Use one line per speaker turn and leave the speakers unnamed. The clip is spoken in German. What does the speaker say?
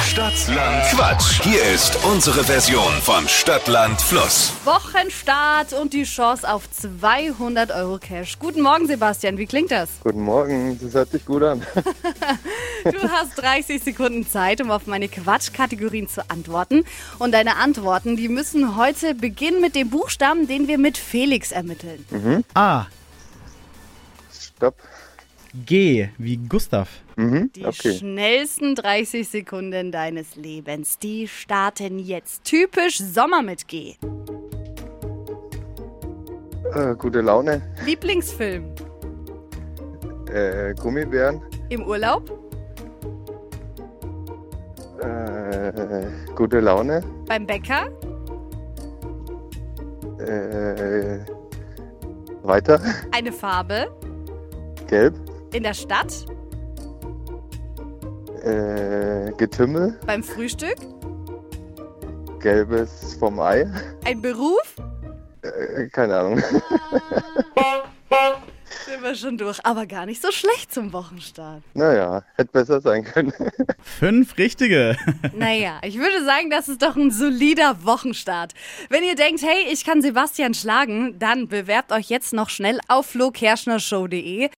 Stadtland Quatsch. Hier ist unsere Version von Stadtland Fluss.
Wochenstart und die Chance auf 200 Euro Cash. Guten Morgen, Sebastian. Wie klingt das?
Guten Morgen, das hört sich gut an.
Du hast 30 Sekunden Zeit, um auf meine Quatschkategorien zu antworten. Und deine Antworten, die müssen heute beginnen mit dem Buchstaben, den wir mit Felix ermitteln.
A.
Stopp.
G. Wie Gustav.
Die
Okay.
schnellsten 30 Sekunden deines Lebens, die starten jetzt. Typisch Sommer mit G.
Äh, gute Laune.
Lieblingsfilm.
Äh, Gummibären.
Im Urlaub,
Äh, gute Laune.
beim Bäcker,
Äh, weiter.
eine Farbe,
Gelb.
in der Stadt,
Äh, Getümmel.
beim Frühstück,
Gelbes vom Ei.
ein Beruf.
Äh, keine Ahnung.
Sind wir schon durch, aber gar nicht so schlecht zum Wochenstart.
Naja, hätte besser sein können.
Fünf richtige.
Naja, ich würde sagen, das ist doch ein solider Wochenstart. Wenn ihr denkt, hey, ich kann Sebastian schlagen, dann bewerbt euch jetzt noch schnell auf flokerschnershow.de.